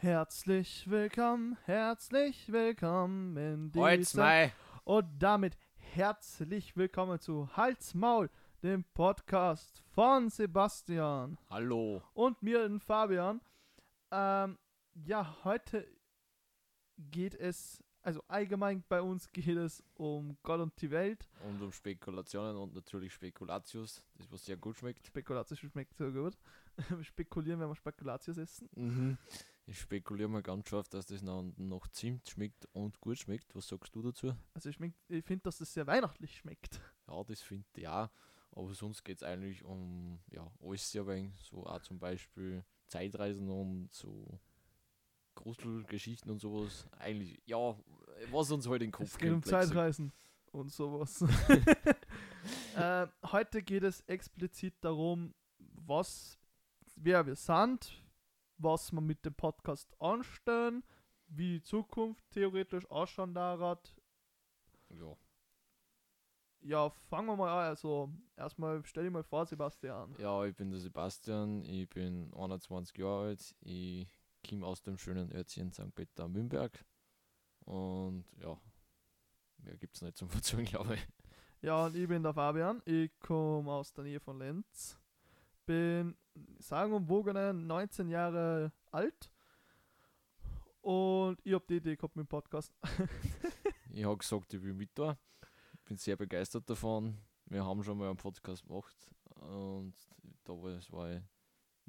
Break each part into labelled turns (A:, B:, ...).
A: Herzlich willkommen, herzlich willkommen in
B: Holz,
A: dieser...
B: mei.
A: Und damit herzlich willkommen zu Hals Maul, dem Podcast von Sebastian
B: Hallo.
A: und mir, den Fabian. Ähm, ja, heute geht es, also allgemein bei uns geht es um Gott und die Welt.
B: Und um Spekulationen und natürlich Spekulatius, das was sehr gut schmeckt.
A: Spekulatius schmeckt so gut. Wir spekulieren, wenn wir Spekulatius essen.
B: Ich spekuliere mal ganz scharf, dass das noch, noch ziemlich schmeckt und gut schmeckt. Was sagst du dazu?
A: Also ich, schmeck- ich finde, dass das sehr weihnachtlich schmeckt.
B: Ja, das finde ich ja. Aber sonst geht es eigentlich um ja, alles sehr wenig. So auch zum Beispiel Zeitreisen und so Gruselgeschichten und sowas. Eigentlich, ja, was uns heute halt in den Kopf
A: Es geht um
B: kommt, letztlich.
A: Zeitreisen und sowas. äh, heute geht es explizit darum, was, wer wir sind, was wir mit dem Podcast anstellen, wie die Zukunft theoretisch ausschauen darf.
B: Ja.
A: Ja, fangen wir mal an. Also, erstmal stell dir mal vor, Sebastian.
B: Ja, ich bin der Sebastian, ich bin 21 Jahre alt, ich komme aus dem schönen Örtchen St. Peter am Wimberg und ja, mehr gibt es nicht zum Verzögern, glaube ich.
A: Ja, und ich bin der Fabian. Ich komme aus der Nähe von Lenz. Bin sagen und wogene 19 Jahre alt. Und ich habe die Idee gehabt mit dem Podcast.
B: Ich habe gesagt, ich will mit da, bin sehr begeistert davon. Wir haben schon mal einen Podcast gemacht und da war es war ich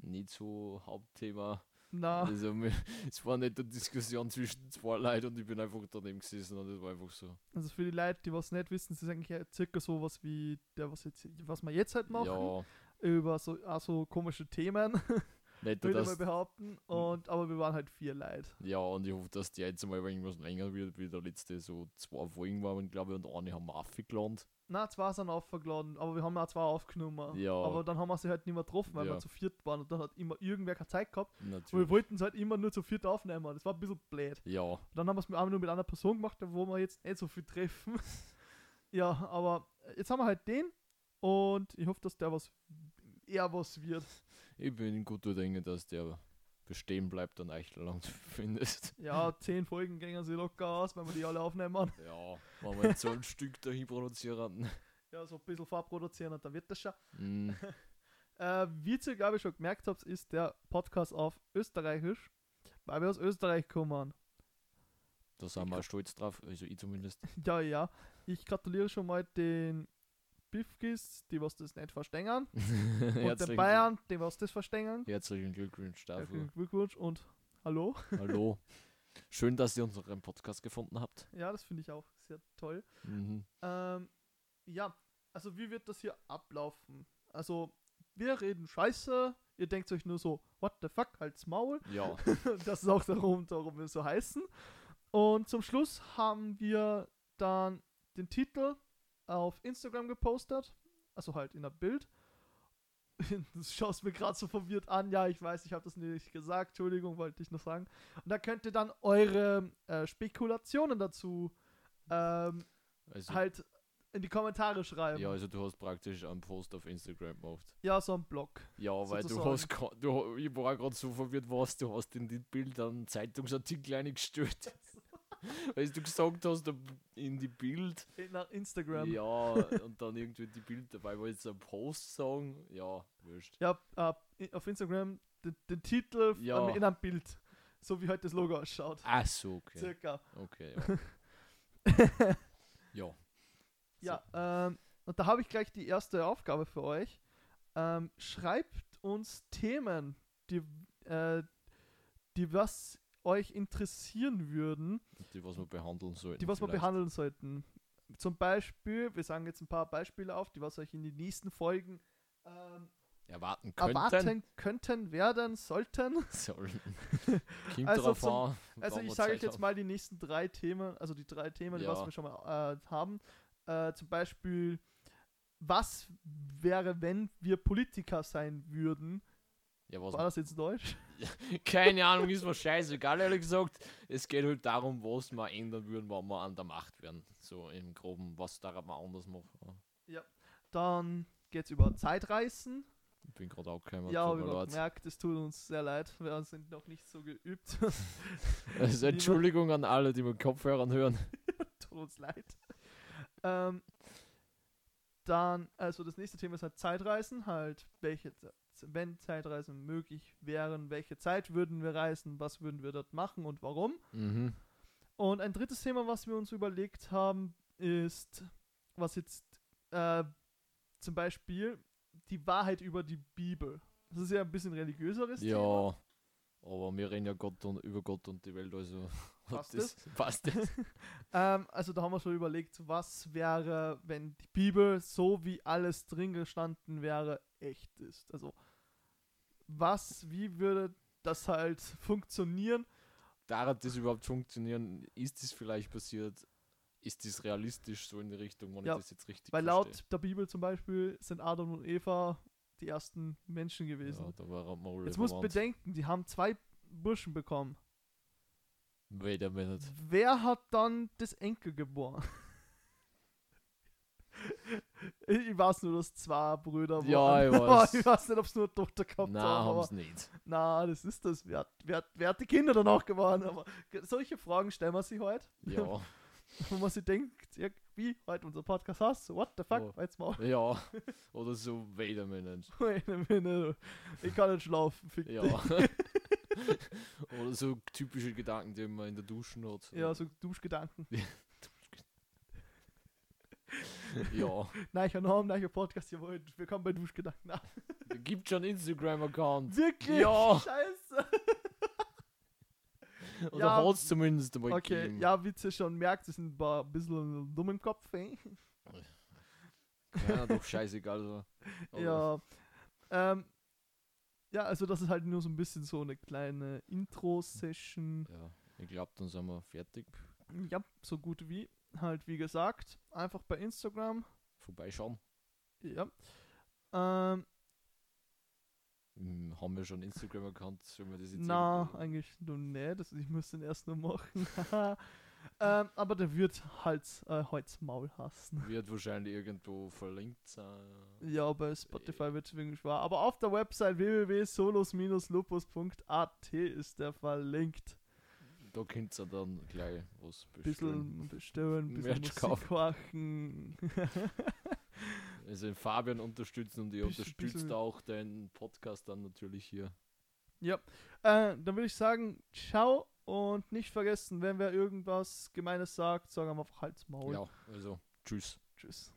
B: nicht so Hauptthema.
A: Na,
B: Also, mir- es war nicht eine Diskussion zwischen zwei Leuten und ich bin einfach daneben gesessen und es war einfach so.
A: also für die Leute, die was nicht wissen, es ist eigentlich eher circa sowas wie der, was jetzt was wir jetzt halt machen.
B: Ja,
A: Über so also komische Themen,
B: nicht,
A: würde ich
B: dass
A: mal
B: hm.
A: behaupten. Und aber wir waren halt vier Leute.
B: Ja, und ich hoffe, dass die jetzt mal irgendwas länger wird, wie der letzte so zwei Folgen waren, glaube ich, und eine haben wir aufgeladen.
A: Na, zwei sind aufgeladen, aber wir haben auch zwei aufgenommen.
B: Ja.
A: Ah, Aber dann haben wir sie halt nicht mehr getroffen, weil wir
B: Ja.
A: zu viert waren und dann hat immer irgendwer keine Zeit gehabt. Und wir
B: Natürlich.
A: wollten es halt immer nur zu viert aufnehmen. Das war ein bisschen blöd.
B: Ja,
A: Dann haben wir es mit nur mit einer Person gemacht, wo wir jetzt nicht so viel treffen. ja, aber jetzt haben wir halt den und ich hoffe, dass der was eher was wird.
B: ich bin guter Dinge, dass der bestehen bleibt und echt lang findest.
A: Ja, zehn Folgen gingen sie locker aus, wenn wir die alle aufnehmen.
B: Ja, wenn wir jetzt so ein Stück dahin produzieren.
A: Ja, so ein bisschen vorproduzieren und dann wird das schon.
B: Mm,
A: Äh, wie ihr, glaube ich, schon gemerkt habt, ist der Podcast auf Österreichisch, weil wir aus Österreich kommen.
B: da sind wir auch stolz drauf, also ich zumindest.
A: Ja, ja. Ich gratuliere schon mal den Bifkis, die was das nicht verstehen. Und den
B: herzlichen,
A: Bayern, die was das verstehen.
B: herzlichen Glückwunsch dafür.
A: Herzlichen Glückwunsch und hallo.
B: Hallo. Schön, dass ihr unseren Podcast gefunden habt.
A: Ja, das finde ich auch sehr toll.
B: Mhm.
A: Ähm, ja, also wie wird das hier ablaufen? Also, wir reden scheiße. Ihr denkt euch nur so, what the fuck, halt's Maul.
B: Ja,
A: das ist auch darum, darum wir so heißen. Und zum Schluss haben wir dann den Titel auf Instagram gepostet, also halt in der Bild. Du schaust mir gerade so verwirrt an. Ja, ich weiß, ich habe das nicht gesagt. Entschuldigung, wollte ich noch sagen. Und da könnt ihr dann eure äh, Spekulationen dazu ähm,
B: also,
A: halt in die Kommentare schreiben.
B: ja,
A: Ja,
B: also du hast praktisch einen Post auf Instagram gemacht.
A: so ein Blog.
B: Ja, weil du
A: sozusagen.
B: hast, ka- du, ich war gerade so verwirrt, was du hast in den Bild einen Zeitungsartikel eingestellt. weil du gesagt hast, da- in die Bild.
A: In, nach Instagram.
B: Ja, und dann irgendwie die Bild dabei, weil jetzt ein Post sagen. Ja, wurscht.
A: Ja, äh, i- auf Instagram den, den Titel f-
B: Ja.
A: in einem Bild. So wie heute das Logo ausschaut.
B: Ach so, okay.
A: Circa.
B: Okay, ja. ja.
A: Ja, ähm, und da habe ich gleich die erste Aufgabe für euch. Ähm, schreibt uns Themen, die, äh, die was euch interessieren würden,
B: Die, was wir behandeln sollten.
A: die was wir
B: vielleicht.
A: behandeln sollten. Zum Beispiel, wir sagen jetzt ein paar Beispiele auf, die was euch in den nächsten Folgen ähm,
B: Erwarten könnten.
A: erwarten könnten, werden, sollten.
B: Sollen. Kind
A: Also
B: drauf
A: zum-
B: an,
A: Also
B: wann
A: ich
B: wir
A: sage
B: Zeit
A: euch jetzt
B: haben.
A: mal die nächsten drei Themen, also die drei Themen, die
B: Ja.
A: was wir schon mal äh, haben. Äh, zum Beispiel, was wäre, wenn wir Politiker sein würden?
B: Ja, was
A: War das jetzt Deutsch?
B: Keine Ahnung, ist mir scheißegal, ehrlich gesagt. Es geht halt darum, was wir ändern würden, wenn wir an der Macht wären. So im Ah, Groben, was darf man anders machen.
A: Dann geht es über Zeitreisen,
B: Ich bin gerade auch gekommen.
A: ja,
B: tut
A: habe ich
B: mir
A: grad
B: leid.
A: gemerkt, es tut uns sehr leid. Wir sind noch nicht so geübt.
B: Also
A: Niemand-
B: Entschuldigung an alle, die mit Kopfhörern hören.
A: tut uns leid. Ähm, dann, also das nächste Thema ist halt Zeitreisen, halt welche, Z- wenn Zeitreisen möglich wären, welche Zeit würden wir reisen, was würden wir dort machen und warum.
B: Mhm.
A: Und ein drittes Thema, was wir uns überlegt haben, ist, was jetzt äh, zum Beispiel die Wahrheit über die Bibel. Das ist ja ein bisschen religiöseres Thema.
B: Ja, aber wir reden ja Gott und, über Gott und die Welt, also
A: Passt
B: passt das.
A: Ähm, also da haben wir schon überlegt, was wäre, wenn die Bibel so wie alles drin gestanden wäre, echt ist. Also was, wie würde das halt funktionieren?
B: Da hat das überhaupt funktionieren, ist das vielleicht passiert, ist das realistisch so in die Richtung, wenn
A: Ja,
B: ich das jetzt richtig
A: Weil
B: verstehe.
A: laut der Bibel zum Beispiel sind Adam und Eva die ersten Menschen gewesen.
B: Ja, da war er mal
A: Jetzt musst du
B: verwandt.
A: bedenken, die haben zwei Burschen bekommen.
B: Wait a minute.
A: Wer hat dann das Enkel geboren? Ich weiß nur, dass zwei Brüder
B: Ja,
A: waren.
B: ich
A: Aber
B: weiß.
A: ich weiß nicht, ob es nur eine Tochter gehabt
B: Nein,
A: haben.
B: haben
A: aber-
B: sie nicht.
A: Na, das ist das. Wer, hat- wer, hat- wer hat die Kinder danach geworden? Aber g- solche Fragen stellen wir sich heute.
B: Ja,
A: Wo man sich denkt, ja, wie heute unser Podcast heißt, so, what the fuck,
B: Ja.
A: halt's mal
B: ja. Oder so, wait a minute.
A: Ich kann nicht schlafen, fick
B: Ja.
A: dich.
B: Oder so typische Gedanken, die man in der Dusche hat.
A: Ja, so Duschgedanken.
B: ja.
A: Nein, Norm, nein, Podcast, ihr wollt. Wir kommen bei Duschgedanken an.
B: Gibt schon Instagram-Account.
A: Wirklich?
B: Ja.
A: Scheiße.
B: Oder
A: Ja.
B: hat's zumindest einmal
A: Okay,
B: gegeben.
A: ja, Witze schon merkt, sie sind ein paar ein bisschen dumm im Kopf, eh? ey.
B: Ja, doch scheißegal. So. Aber
A: Ja. Ähm, ja, also das ist halt nur so ein bisschen so eine kleine Intro-Session.
B: ja. Ich glaube, dann sind wir fertig.
A: Ja, so gut wie. Halt, wie gesagt, einfach bei Instagram.
B: Vorbeischauen.
A: Ja. Ähm,
B: Hm, haben wir schon Instagram-Account? Sollen wir das jetzt
A: na,
B: irgendwie-
A: eigentlich nur ne, das, ich müsste den erst nur machen. ähm, aber der wird halt äh, Holz Maul hassen.
B: Wird wahrscheinlich irgendwo verlinkt sein.
A: Ja, bei Spotify wird es wirklich wahr. Aber auf der Website www.solos-lupus.at ist der verlinkt.
B: Da könnt ihr dann gleich was bestellen.
A: Bisschen bestellen, bisschen
B: Merch
A: Musik
B: kaufen.
A: kochen.
B: Also den Fabian unterstützen und ihr
A: Bisschen-
B: unterstützt
A: bisschen-
B: auch den Podcast dann natürlich hier.
A: Äh, dann würde ich sagen, ciao und nicht vergessen, wenn wer irgendwas Gemeines sagt, sagen wir einfach Halsmaul.
B: Ja, also tschüss.
A: Tschüss.